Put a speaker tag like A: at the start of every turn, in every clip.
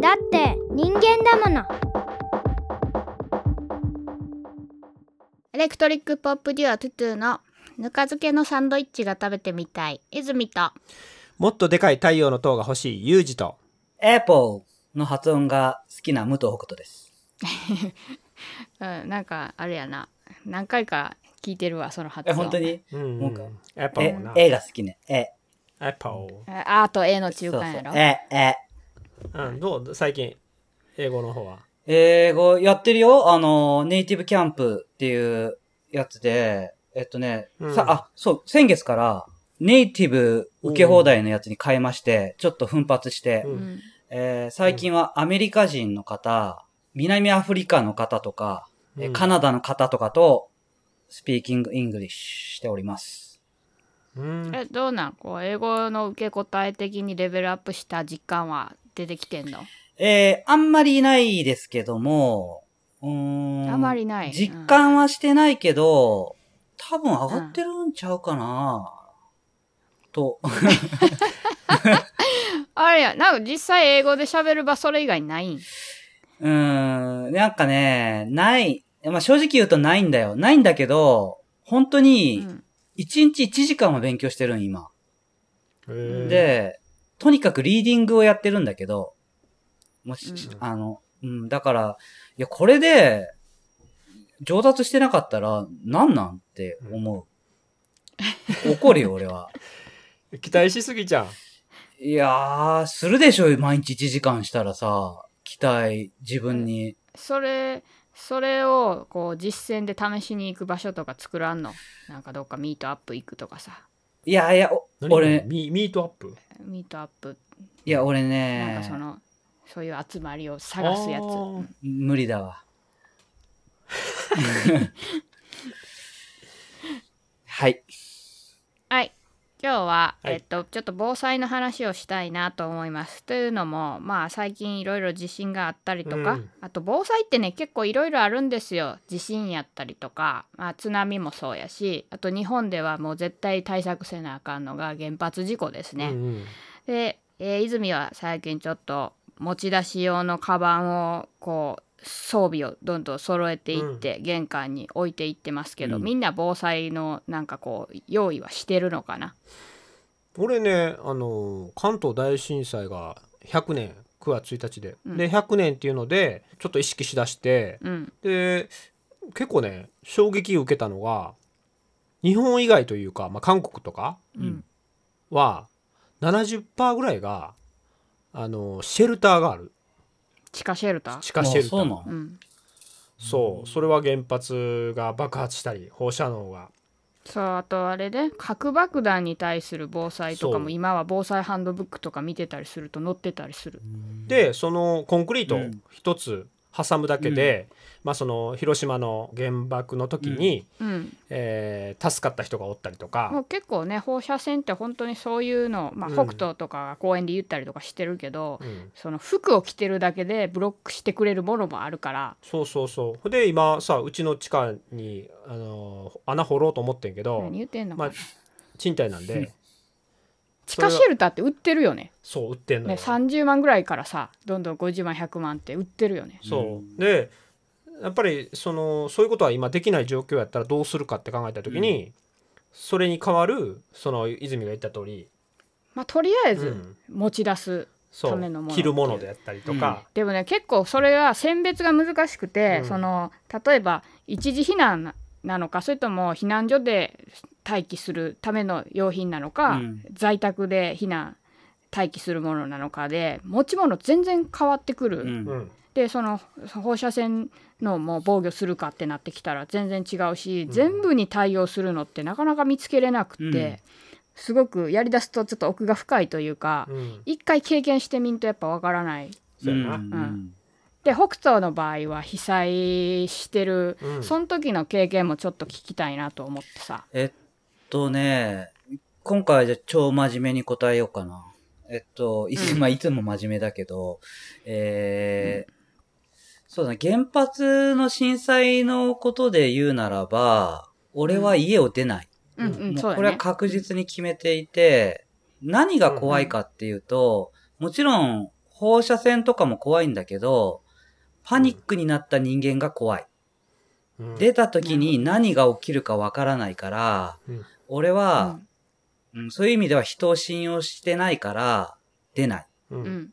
A: だって人間だもの
B: エレクトリックポップデュアトゥトゥのぬか漬けのサンドイッチが食べてみたい泉と
C: もっとでかい太陽の塔が欲しいユージと
D: エポーの発音が好きな武藤北斗です。
B: うん、なんかあれやな何回か聞いてるわその発
D: え、
B: 音
D: 本当に
C: うん
D: もうか
C: やっぱ
D: え
C: もうな、
D: 絵が好きね。絵。
C: やっぱも
B: えアート A の中
D: そう
B: 間
D: そう
B: やろ
D: 絵、絵。
C: ううんどう最近英語の方は
D: 英語やってるよ。あの、ネイティブキャンプっていうやつで、えっとね、
C: うん
D: さ、あ、そう、先月から、ネイティブ受け放題のやつに変えまして、ちょっと奮発して、
C: う
B: うんん
D: えー最近はアメリカ人の方、南アフリカの方とか、え
C: うん
D: カナダの方とかと、スピーキングイングリッシュしております。
C: うん
B: えどうなんこう英語の受け答え的にレベルアップした実感は出てきてんの
D: えーあんまりいないですけども、うーん。
B: あまりない
D: 実感はしてないけど、多分上がってるんちゃうかな、と。
B: あれやなんか実際英語で喋る場それ以外ないん
D: うーん、なんかね、ない。まあ、正直言うとないんだよ。ないんだけど、本当
B: う
D: に、
B: ん
D: 1日1時間は勉強してるん、今。
C: へー
D: で、とにかくリーディングをやってるんだけど、もし、
C: うん
D: あの、うん、だから、いや、これで、上達してなかったら、なんなんって思う。怒るよ、俺は。
C: 期待しすぎちゃう
D: いやー、するでしょ、毎日1時間したらさ、期待、自分に。
B: それそれをこう実践で試しに行く場所とか作らんのなんかどっかミートアップ行くとかさ
D: いやいや、お
C: 何
D: 俺、
C: ミミートアップ
B: ミートアップ
D: いや、俺
B: なん
D: ね
B: か、そのそういう集まりを探すやつ
C: あー
D: 無理 だわ。はい。
B: はい。今日は、
C: はい
B: えっと、ちょっと防災の話をしたいなと思います。というのも、まあ、最近いろいろ地震があったりとか、
C: うん
B: あと防災ってね、結構いろいろあるんですよ。地震やったりとか、まあ、津波もそうやし、あと日本ではもう絶対対策せなあかんのが原発事故ですね。
C: うんうん
B: で、えー泉は最近ちょっと持ち出し用のカバンをこう装備をどんどん揃えていって玄関に置いていってますけど、
D: うん
B: みんな防災のなんかこう用意はしてるのかな
C: 俺ねあの関東大震災が100年9月1日で、
B: うん
C: で100年っていうのでちょっと意識しだして
B: うん
C: で結構ね衝撃を受けたのが日本以外というか、まあ、韓国とか
B: うん
C: は70%ぐらいがあのシェルターがある
B: 地下シェルター
C: 地下シェルター
D: あそうなの
B: うん
C: そうそれは原発が爆発したり放射能が
B: そうあとあれで核爆弾に対する防災とか
C: そ
B: も
C: う
B: 今は防災ハンドブックとか見てたりすると載ってたりする
C: でそのコンクリート
D: うん
C: 一つ挟むだけで、まあ、その広島の原爆の時に、
B: うん
C: えー助かった人がおったりと
B: も
C: か
B: う結構ね放射線って本当にそういうの、まあ、
C: うん
B: 北斗とかが公園で言ったりとかしてるけど、
C: うん
B: その服を着てるだけでブロックしてくれるものもあるから、
C: そうそうそうほんで今さうちの地下に、あのー穴掘ろうと思ってんけど
B: 何言ってんのか
C: ま
B: な、
C: あ賃貸なん で
B: 地下シェルターって売ってるよね
C: そう売ってんの
B: ね
C: よ、
B: 30万ぐらいからさどんどん50万100万って売ってるよね
C: そうでやっぱりそのそういうことは今できない状況やったらどうするかって考えた時に、それに代わるその泉が言った通り、
B: まあとりあえ
C: う
B: ず
C: ん
B: 持ち出す、
C: そ
B: ためのもの
C: う着るものであったりとか、
B: でもね結構それは選別が難しくて、
C: うん
B: その例えば一時避難なのかそれとも避難所で待機するための用品なのか、
D: うん
B: 在宅で避難待機するものなのかで持ち物全然変わってくる、
D: うん
C: うん
B: でその放射線のも防御するかってなってきたら全然違うし、
C: ん
B: 全部に対応するのってなかなか見つけれなくて、
D: うん
B: すごくやりだすとちょっと奥が深いというか、
C: うん
B: 一回経験してみんとやっぱわからない。
C: そうやな、
B: んで北斗の場合は被災してる、
C: うん
B: その時の経験もちょっと聞きたいなと思ってさ
D: えっとね、今回じゃ超真面目に答えようかな。えっと、いつ,、
B: うん
D: まあ、いつも真面目だけど、えーそうだね、原発の震災のことで言うならば、俺は家を出ない。
B: うんうん、
D: も
B: そううだ
D: これは
B: ね
D: 確実に決めていて、何が怖いかっていうと、もちろん放射線とかも怖いんだけど、パニックになった人間が怖い。
C: うん
D: 出た時に何が起きるかわからないから、
C: うん
D: 俺は、うんそういう意味では人を信用してないから、出ない。
C: うん
B: う
C: うん
B: ん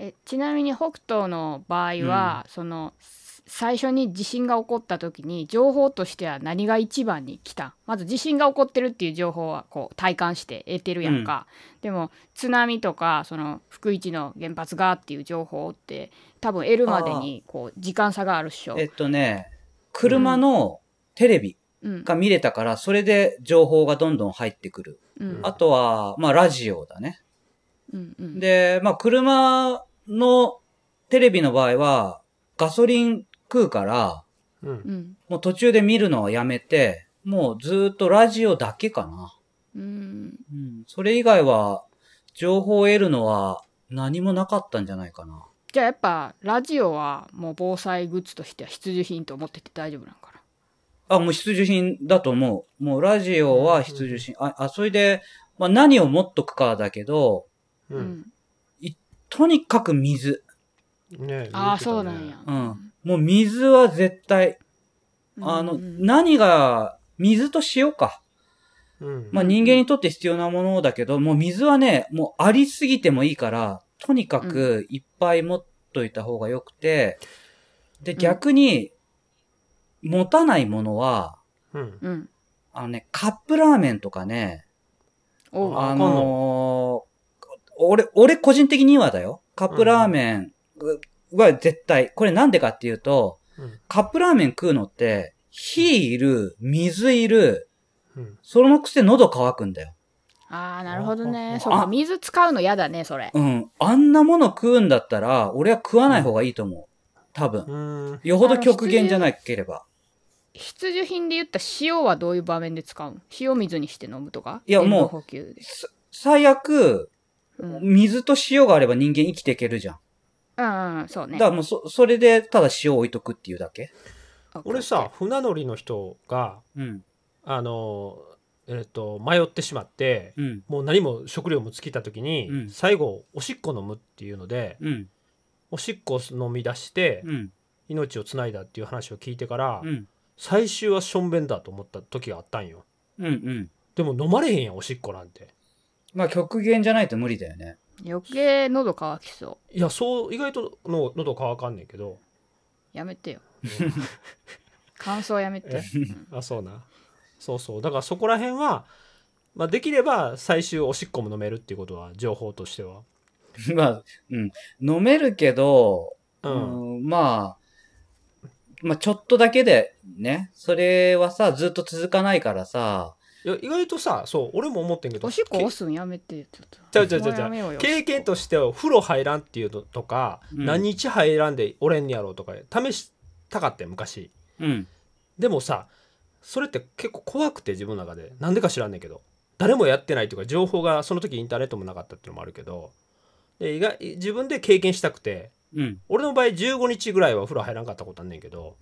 B: えちなみに北斗の場合は、そのす最初に地震が起こった時に情報としては何が一番に来たまず地震が起こってるっていう情報はこう体感して得てるやんか、でも津波とかその福井の原発がっていう情報って多分得るまでにこう時間差があるっしょ
D: えっとね、車のテレビ
B: うん
D: が見れたから、それで情報がどんどん入ってくる。
B: うん
D: あとは、まあラジオだね。
B: うんうん
D: で、まあ、車のテレビの場合は、ガソリン食うから、
C: うん
B: うん
D: もう途中で見るのはやめて、もうずーっとラジオだけかな。
B: うん
D: うん。それ以外は、情報を得るのは何もなかったんじゃないかな。
B: じゃあやっぱラジオはもう防災グッズとしては必需品と思ってて大丈夫なんかな
D: あ、もう必需品だと思う。もうラジオは必需品。あ、あ、それで、まあ、何を持っとくかだけど、
C: う
B: うんん
D: とにかく水。
C: ね
B: ああそうなんや、
D: うん。もう水は絶対。あの、
B: うん
D: 何が、水と塩か。
C: うん
D: まあ人間にとって必要なものだけど、もう水はね、もうありすぎてもいいから、とにかくいっぱい持っといた方が良くて、で、
B: ん
D: 逆に、持たないものは、
C: うん
B: うん
D: あのね、カップラーメンとかね、
B: おう
C: あ
D: あのー俺、俺個人的にはだよ。カップラーメンは絶対。これなんでかっていうと、
C: うん
D: カップラーメン食うのって、火いる、水いる、
C: うん
D: そのくせ喉乾くんだよ。
B: ああなるほどね
C: あ
B: そうか水使うの嫌だねそれ
D: うん。あんなもの食うんだったら、俺は食わない方がいいと思う。多分。
C: うん
D: よほど極限じゃなければ。
B: 必需品で言った塩はどういう場面で使うん塩水にして飲むとか
D: いやもう
B: 塩分補給で
D: さ最悪、
B: うん
D: 水と塩があれば人間生きていけるじゃん。
B: うんうんそうね
D: だからもうそ、それでただ塩置いとくっていうだけ。
C: 俺さ船乗りの人が
D: うん。
C: あのえっと迷ってしまって
D: うん。
C: もう何も食料も尽きた時に、
D: うん
C: 最後おしっこ飲むっていうので
D: うん。
C: おしっこ飲み出して
D: うん。
C: 命をつないだっていう話を聞いてから、
D: うん。
C: 最終はしょんべんだと思った時があったんよ
D: うん。うん。
C: でも飲まれへんやんおしっこなんて
D: まあ極限じゃないと無理だよね。
B: 余計喉乾きそ
C: いやそう意外との喉乾かんねんけど
B: うやめてよ乾燥やめて
C: あそうなそうそうだからそこら辺は、まあ、できれば最終おしっこも飲めるっていうことは情報としては
D: まあ、うん。飲めるけど、
C: うん、
D: うんまあ、まあちょっとだけでね、それはさ、ずっと続かないからさ、
C: いや意外とさそう俺も思ってんけど
B: おしっこ
C: け
B: 押すんやめてよちょっと
C: ちゃうちゃうちゃう
B: も
C: ちゃう
B: やめようよ
C: 経験としては風呂入らんっていうのとか、
D: うん
C: 何日入らんでおれんやろうとか試したかったよ昔
D: うん。
C: でもさそれって結構怖くて自分の中でなんでか知らんねんけど誰もやってないというか情報がその時インターネットもなかったっていうのもあるけどで意外自分で経験したくて
D: うん。
C: 俺の場合15日ぐらいは風呂入らんかったことあんねんけど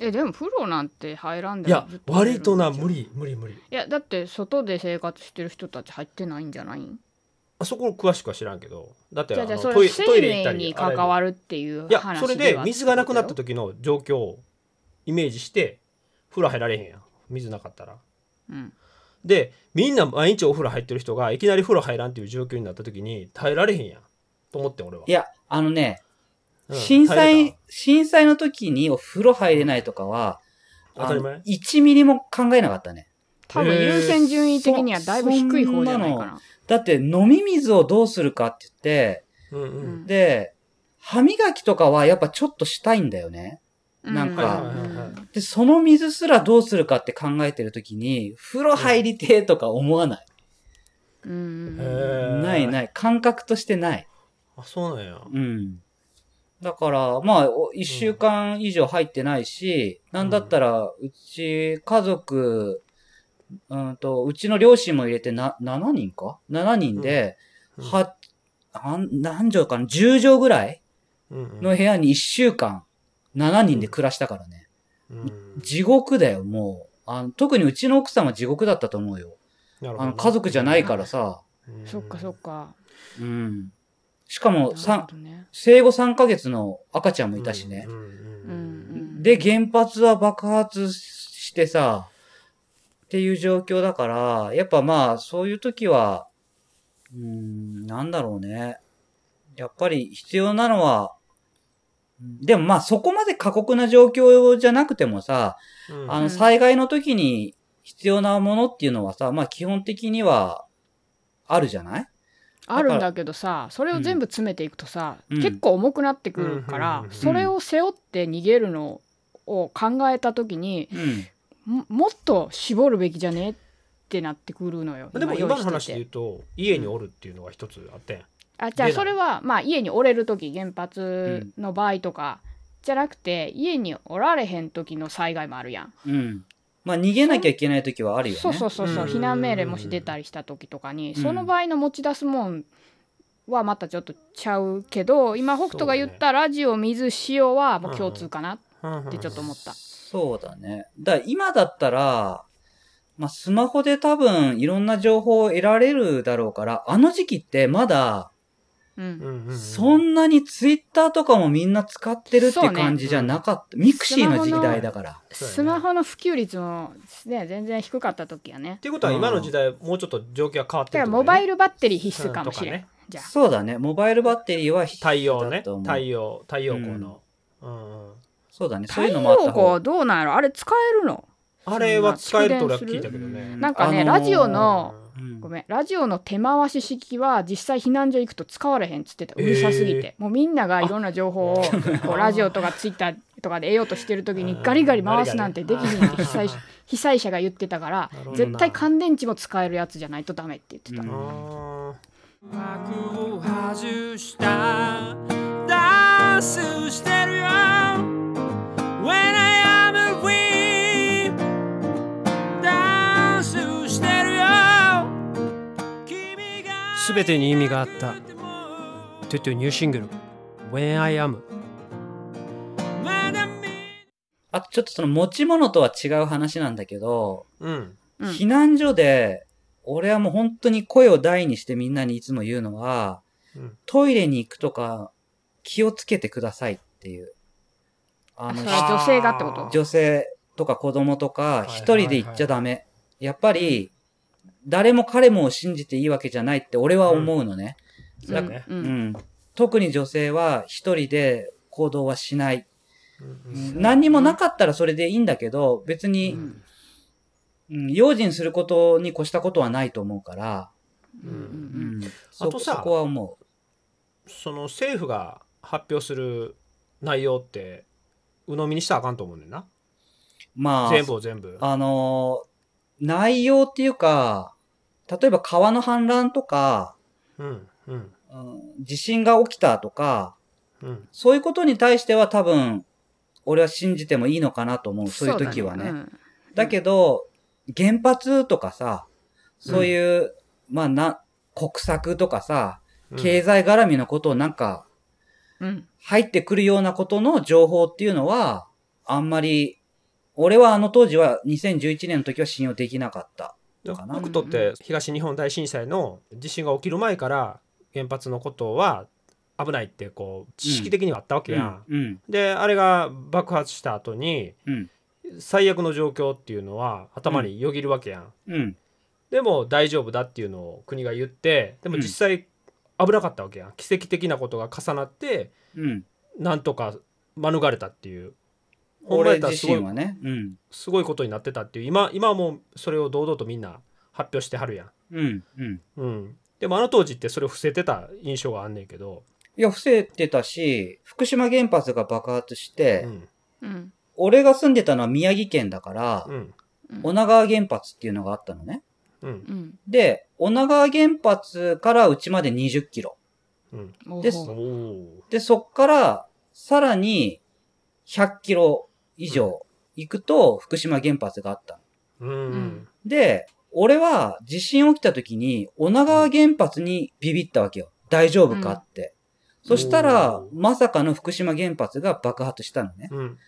B: えでも風呂なんて入らん
C: い
B: で
C: や
B: もずっと入れる
C: 割
B: ん
C: とな
B: じゃん
C: 無理無理無理
B: いやだって外で生活してる人たち入ってないんじゃないん
C: あそこ詳しくは知らんけどだって
B: じゃあ
C: あ
B: じゃあ
C: の
B: そ
C: ト
B: れ
C: イト
B: 生
C: イレ行った
B: 命
C: り
B: に
C: あ
B: 関
C: らゆる
B: わるっていう
C: いや
B: 話
C: それで
B: は
C: 水がなくなった
B: ってこ
C: 時の状況をイメージして風呂入られへんやん水なかったら
B: とようん
C: でみんな毎日お風呂入ってる人がいきなり風呂入らんっていう状況になった時に耐えられへんやんと思ってん俺はい
D: や、あの
C: う
D: ね、
C: ん
D: 震
C: 耐えれ
D: 災、震災の時にお風呂入れないとかは、
C: た当たり
D: あ
C: 前
D: の1ミリも考えなかったね。
B: 多分優先順位的にはだいぶ低い方じゃないかな。
D: だって飲み水をどうするかって言って、
C: うんうん
D: で、歯磨きとかはやっぱちょっとしたいんだよね。
B: う
D: なんか
B: う
C: はいはいはいは
D: で、その水すらどうするかって考えてる時に、風呂入りてえとか思わない。
B: うん
C: へー
D: ないない。感覚としてない。
C: あそうなんや
D: うん。だから、まあ、お一週間以上入ってないし、なんだったら、うち、家族、うんと、うちの両親も入れてな、7人か ?7 人で、
C: うん
D: は、なん何畳かな ?10 畳ぐらい
C: うんう
D: の
C: ん
D: 部屋に一週間、7人で暮らしたからね。
C: うん
D: 地獄だよ、もう。あの特にうちの奥さんは地獄だったと思うよ。
C: なるほど
D: あ
C: な
D: の、家族じゃないからさ。
C: うん
B: そっかそっか。
D: うん。しか
B: な
D: も、
B: る
D: さ
B: ほどね
D: 生後3ヶ月の赤ちゃんもいたしね。
C: うんうんうん
D: で、原発は爆発してさ、っていう状況だから、やっぱまあ、そういう時は、うーん、なんだろうね。やっぱり必要なのは、うんでもまあ、そこまで過酷な状況じゃなくてもさ、
C: うん
D: あ
B: う
D: の、
B: ん
D: 災害の時に必要なものっていうのはさ、まあ、基本的には、あるじゃない
B: あるんだけどさそれを全部詰めていくとさ、
D: うん
B: 結構重くなってくるから、
C: うん
B: それを背負って逃げるのを考えた時に、
D: うん。
B: ももっと絞るべきじゃねってなってくるのよ。
C: でも
B: 用意
C: 今の
B: してて
C: 話で言うと家におるっていうのが一つあってん
B: あじゃあ
C: 出ない
B: それはまあ家におれる時原発の場合とか、じゃなくて家におられへん時の災害もあるやん。
D: うん。まあ、逃げなきゃいけない時はあるよね。
B: そうそうそうそう、
C: うん
B: 避難命令もし出たりした時とかに、
D: うん
B: その場合の持ち出すもんはまたちょっとちゃうけど今北斗が言ったラジオ水塩はもう共通かなってちょっと思った。
D: そうだね。だから今だったら、まあ、スマホで多分いろんな情報を得られるだろうから、あの時期ってまだ、
B: うん
D: そんなにツイッターとかもみんな使ってるって
B: そうね
D: 感じじゃなかった。ミクシーの時代だから。
B: スマホの普及率も、ね、全然低かった時やね
C: っ。ていうことは今の時代もうちょっと状況が変わっ
B: だか
C: てる
B: ら
C: って
B: モ
C: ことね
B: バイルバッテリー必須かもしれん。
C: うんと
B: じゃあ
D: そうだね。モバイルバッテリーは必
C: 太陽
D: 須
C: ね
D: だと思う。
C: 太陽太陽光の、うんうん
D: そうだね。そう
B: 太
D: いうのもあった
B: 陽
D: 方が
B: 光どうなんやろあれ使えるの
C: あれは使えると俺は聞いたけど
D: う
C: ね
B: なんかね、
D: あのー
B: ラジオの
D: うん
B: ごめんラジオの手回し式は実際避難所行くと使われへんっつってたうるさすぎて、もうみんながいろんな情報をこうラジオとかツイッターとかで得ようとしてる時にガリガリ回すなんてできひんって被 災し被災者が言ってたから
C: なるほどな
B: 絶対乾電池も使えるやつじゃないとダメって言ってた、
D: うん
C: あ
E: 幕を外したダンスしてるよ When I am a we ダンスしてるよ君が
C: すべてに意味があったトゥトゥニューシングル「When I Am
E: まだ見
D: あとちょっとその持ち物とは違う話なんだけど、」
C: うん
B: うん
D: 避難所で、俺はもう本当に声を大にしてみんなにいつも言うのは、
C: うん
D: トイレに行くとか気をつけてくださいっていう。あ
B: あそ
D: の
B: れ、は女性がってこ
C: あ
B: と
D: 女性とか子供と
C: い
D: か
C: はい
D: 一人で行っちゃダメ。やっぱり、誰も彼もを信じていいわけじゃないって俺は思うのね。
C: そうだね
B: う
D: うん。
B: んうん
D: 特に女性は一人で行動はしない。
C: うん
D: 何にもなかったらそれでいいんだけど、別に、
C: うん
D: うん、用心することに越したことはないと思うから、
B: うんう
D: うんん、
C: あとさ
D: そそこは思
C: その政府が発表する内容って鵜呑みにしたらあかんと思うねんな
D: う。まあ、
C: 全部を全部
D: あのー内容っていうか、例えば川の氾濫とか、
C: うんうん
D: うん地震が起きたとか、
C: うん
D: そういうことに対しては多分、俺は信じてもいいのかなと思う。そういう時はね。だ
B: そうだうん
D: けど、原発とかさ、そういう、まあな、国策とかさ、
C: うん
D: 経済絡みのことをなんか、
B: うん
D: 入ってくるようなことの情報っていうのは、あんまり、俺はあの当時は2011年の時は信用できなかった。かな
C: 僕とって東日本大震災の地震が起きる前から原発のことは危ないってこう知識的にはあったわけやん。
D: うん。
C: であれが爆発した後に
D: うん。
C: 最悪の状況っていうのは頭によぎるわけやん。
D: うん。
C: でも大丈夫だっていうのを国が言ってでも実際危なかったわけやん。奇跡的なことが重なって
D: うん。
C: なんとか免れたっていう。ほんまや
D: 俺
C: ったら
D: 自
C: すご
D: 身
C: い
D: はね。うん。
C: すごいことになってたっていう今今はもうそれを堂々とみんな発表してはるやん。
D: うん。うん。
C: うん、でもあの当時ってそれを伏せてた印象があんねんけど、
D: いや、伏せてたし、福島原発が爆発して、
B: う
C: うん
B: ん
D: 俺が住んでたのは宮城県だから、
C: うん
D: 女川原発っていうのがあったのね。
C: うん
B: うん
D: で、女川原発からうちまで20キロ。
C: うん、
B: お
D: で
B: ほう
C: おお
D: で、そっから、さらに、100キロ以上行くと、福島原発があったの。
C: ー、うんうん
D: で、俺は地震起きた時に、女川原発にビビったわけよ。大丈夫かって。そしたら
C: おー、
D: まさかの福島原発が爆発したのね。
C: うんうん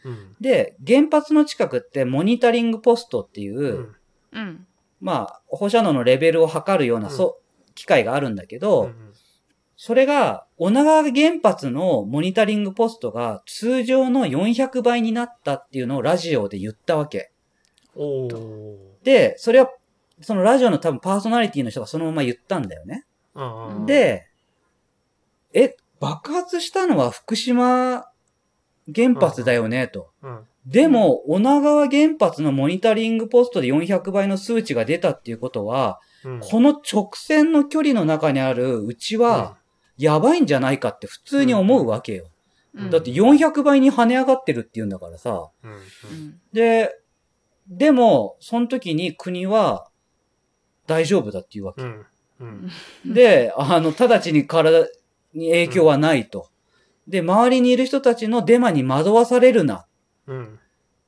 D: で、原発の近くってモニタリングポストっていう、
C: うん
B: うん
D: まあ、放射能のレベルを測るよう
C: う
D: な、
C: ん
D: そ機械があるんだけど、
C: うん
D: それが、女川原発のモニタリングポストが通常の400倍になったっていうのをラジオで言ったわけ。
C: おー
D: で、それは、そのラジオの多分パーソナリティの人がそのまま言ったんだよね。
C: うんうん
D: で、え、爆発したのは福島原発だよね、と。
C: うん
D: でも、女川原発のモニタリングポストで400倍の数値が出たっていうことは、
C: うん
D: この直線の距離の中にあるうちは、やばいんじゃないかって普通に思うわけよ。
B: うん
D: だって400倍に跳ね上がってるって言うんだからさ。
C: うんう
B: う
C: ん
B: ん
D: で、でも、その時に国は大丈夫だって言うわけ。
C: うんうん
D: で、あの、直ちに体に影響はないと。で、周りにいる人たちのデマに惑わされるな。
C: うん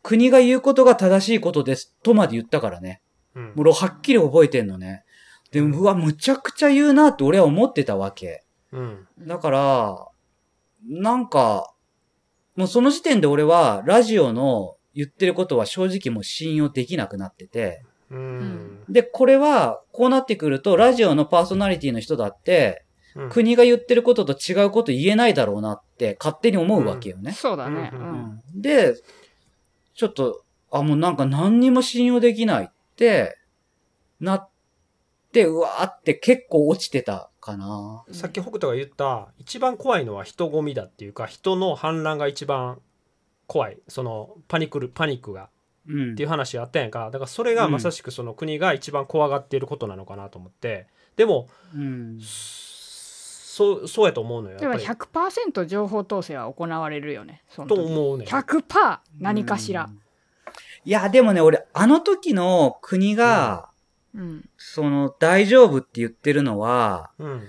D: 国が言うことが正しいことです。とまで言ったからね。
C: うん
D: もうはっきり覚えてんのね。で、うわ、むちゃくちゃ言うなって俺は思ってたわけ。
C: うん
D: だから、なんか、もうその時点で俺はラジオの言ってることは正直もう信用できなくなってて。
C: うん
D: で、これは、こうなってくると、ラジオのパーソナリティの人だって、
C: うん
D: 国が言ってることと違うこと言えないだろうなって勝手に思うわけよね。
B: そうだね。
C: う
B: うんん。
D: で、ちょっと、あ、もうなんか何にも信用できないって、なって、うわーって結構落ちてたかな。
C: さっき北斗が言った一番怖いのは人混みだっていうか人の反乱が一番怖いそのパニクルパニックが
D: うん
C: ってい。う話あったやんかだからそれがまさしくその国が一番怖がっていることなのかなと思ってでも
D: うん
C: そそうやと思うのよ
B: で
C: やっ
B: も
C: ぱり
B: 100%情報統制は行われるよね。その
C: と
B: 時
C: 思うねん
B: 100%何かしら。。
D: いや、でもね、俺、あの時の国が、
B: うん。
D: その、大丈夫って言ってるのは、
C: うん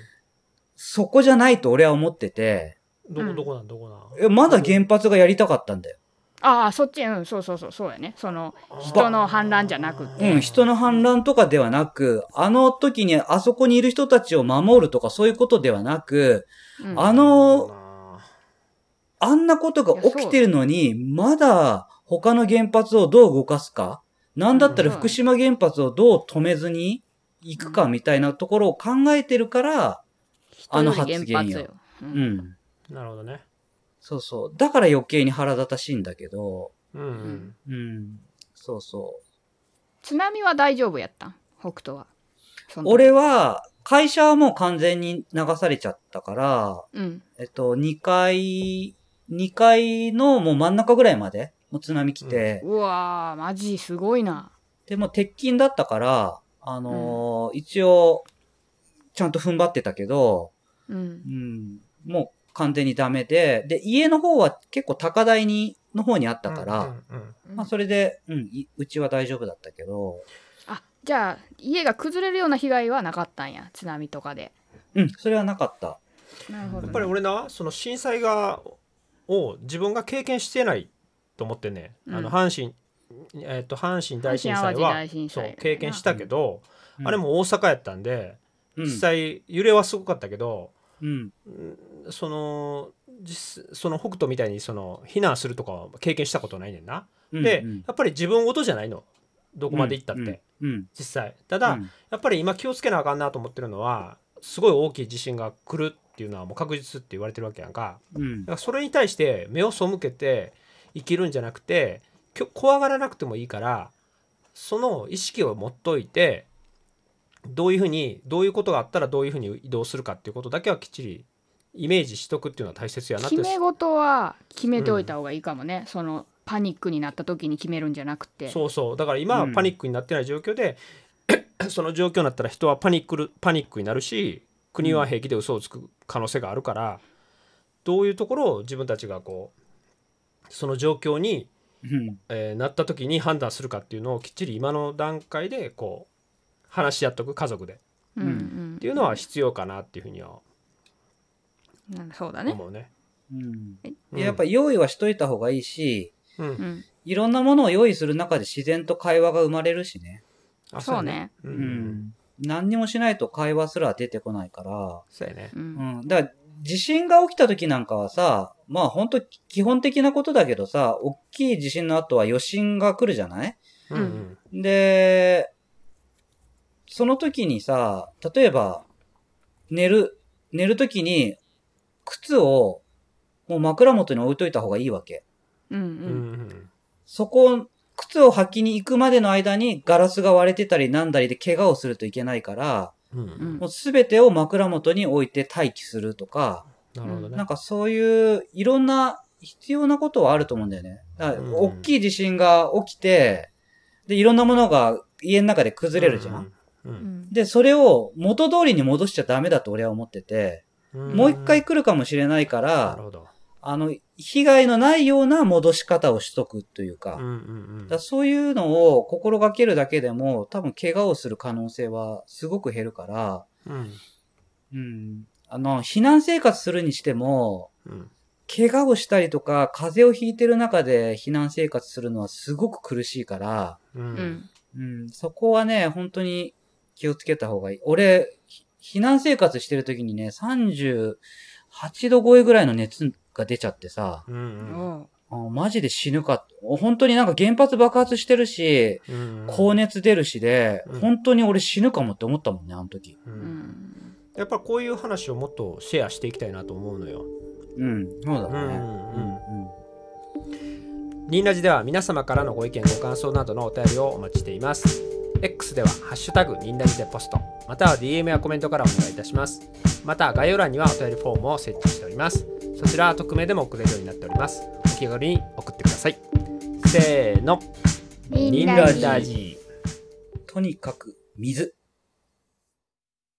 D: そこじゃないと俺は思ってて、
C: ど
B: う
C: こ
B: ん
C: どこなんどこなん
D: えまだ原発がやりたかったんだよ。
B: ああ、そっち、うん、そうそうそう、そうやね。その、人の反乱じゃなくて。
D: うん、人の反乱とかではなく、あの時にあそこにいる人たちを守るとかそういうことではなく、
B: うん
D: あの、あんなことが起きてるのに、まだ他の原発をどう動かすか、なんだったら
B: うん
D: 福島原発をどう止めずに行くかみたいなところを考えてるから、あの発言
B: 人より原
D: よ
B: 発。う
D: うんん。
C: なるほどね
D: そうそう。だから余計に腹立たしいんだけど、
C: うんうん
D: うん。そうそう。
B: 津波は大丈夫やったん北斗は。その時、
D: 俺は、会社はもう完全に流されちゃったから、
B: うん。
D: えっと、2階、2階のもう真ん中ぐらいまで、もう津波来て、
B: うわー、マジすごいな。
D: で、もう鉄筋だったから、あのー一応、ちゃんと踏ん張ってたけど、
B: うん
D: う。ん、もう完全にダメで、で、家の方は結構高台に、の方にあったから、
C: うんうん
D: まあそれで、うん、いうちは大丈夫だったけど、
B: あ、じゃあ、家が崩れるような被害はなかったんや。津波とかで。
D: うん、それはなかった。
B: なるほど、ね。
C: やっぱり俺なその震災がを自分が経験してないと思ってね、
B: うん
C: あの阪神えっと阪神大震
B: 阪神淡
C: 災
B: 路
C: は
B: 大震災
C: そう経験したけど、
D: うん
C: あれ、も大阪やったんで、
D: うん、
C: 実際揺れはすごかったけど、
D: うん、
C: うんその実その北斗みたいにその避難するとかは経験したことないねんな。
D: うん
C: で、
D: うん
C: やっぱり自分ごとじゃないのどこまで行ったって、
D: うん、うん、
C: 実際。ただ、
D: うん
C: やっぱり今気をつけなあかんなと思ってるのはすごい大きい地震が来るっていうのはもう確実って言われてるわけやんか。
D: うん
C: だからそれに対して目を背けて生きるんじゃなくてきょ怖がらなくてもいいからその意識を持っといてどういうふうにどういうことがあったらどういうふうに移動するかっていうことだけはきっちりイメージしとくっていうのは大切やなって
B: 決め事は決めておいた方がいいかもね、そのパニックになった時に決めるんじゃなくて
C: そうそうだから今は
D: うん
C: パニックになってない状況で、 その状況になったら人はパニックるパニックになるし国は平気で嘘をつく可能性があるから、どういうところを自分たちがこうその状況に
D: うん、
C: えーなった時に判断するかっていうのをきっちり今の段階でこう話し合っとく家族でっ
B: うんうん、
C: ていうのは必要かなっていうふうには
B: うんそうだね、
C: 思うね。
D: うん
C: うん
D: でやっぱ用意はしといた方がいいし、
C: う、
B: うんん、
D: いろんなものを用意する中で自然と会話が生まれるしね。
C: あ
B: そうね
C: そう
D: う
C: やねうん。
D: ん。何にもしないと会話すら出てこないか
C: そうやね
B: う
D: ら。うんん。だから、地震が起きた時なんかはさ、まあ本当基本的なことだけどさ、大きい地震の後は余震が来るじゃない
C: うんうん
D: で、その時にさ、例えば、寝る寝るときに、靴を、もう枕元に置いといた方がいいわけ。
B: うんう
C: うんん
D: そこを、靴を履きに行くまでの間にガラスが割れてたりなんだりで怪我をするといけないから、
C: うんう
B: うんん
D: もうすべてを枕元に置いて待機するとか、
C: なるほど
D: なん
C: ね。
D: かそういういろんな必要なことはあると思うんだよね。だから
C: うん
D: 大きい地震が起きて、で、いろんなものが家の中で崩れるじゃん。
C: うん
B: う。ん
D: で、それを元通りに戻しちゃダメだと俺は思ってて、
C: うん
D: もう一回来るかもしれない
C: な
D: か
C: る
D: ら、
C: ほど。
D: あの、被害のないような戻し方をしとくというか、
C: うんうん
D: だからそういうのを心がけるだけでも、多分怪我をする可能性はすごく減るから、
C: うんうん
D: うん。あの、避難生活するにしても、
C: うん
D: 怪我をしたりとか、風邪をひいてる中で避難生活するのはすごく苦しいから、
C: う
B: うんん
D: うん、そこはね、本当に気をつけた方がいい。俺、ひ避難生活してる時にね、38度超えぐらいの熱が出ちゃってさ、
C: うんうん
B: おう
D: あマジで死ぬか。本当になんか原発爆発してるし、
C: うん
D: 高熱出るしで、
C: うん
D: 本当に俺死ぬかもって思ったもんね、あの時。
C: う
B: うんん
C: やっぱりこういう話をもっとシェアしていきたいなと思うのよ。
D: うん、そうだね。
C: うん
D: うん
C: リンラジでは皆様からのご意見ご感想などのお便りをお待ちしています X では「ハッシュタグリンラジでポスト」または DM やコメントからお願いいたしますまた概要欄にはお便りフォームを設置しておりますそちらは匿名でも送れるようになっておりますお気軽に送ってくださいせーの
A: リン
D: ラジ
C: リンラジ
D: とにかく水。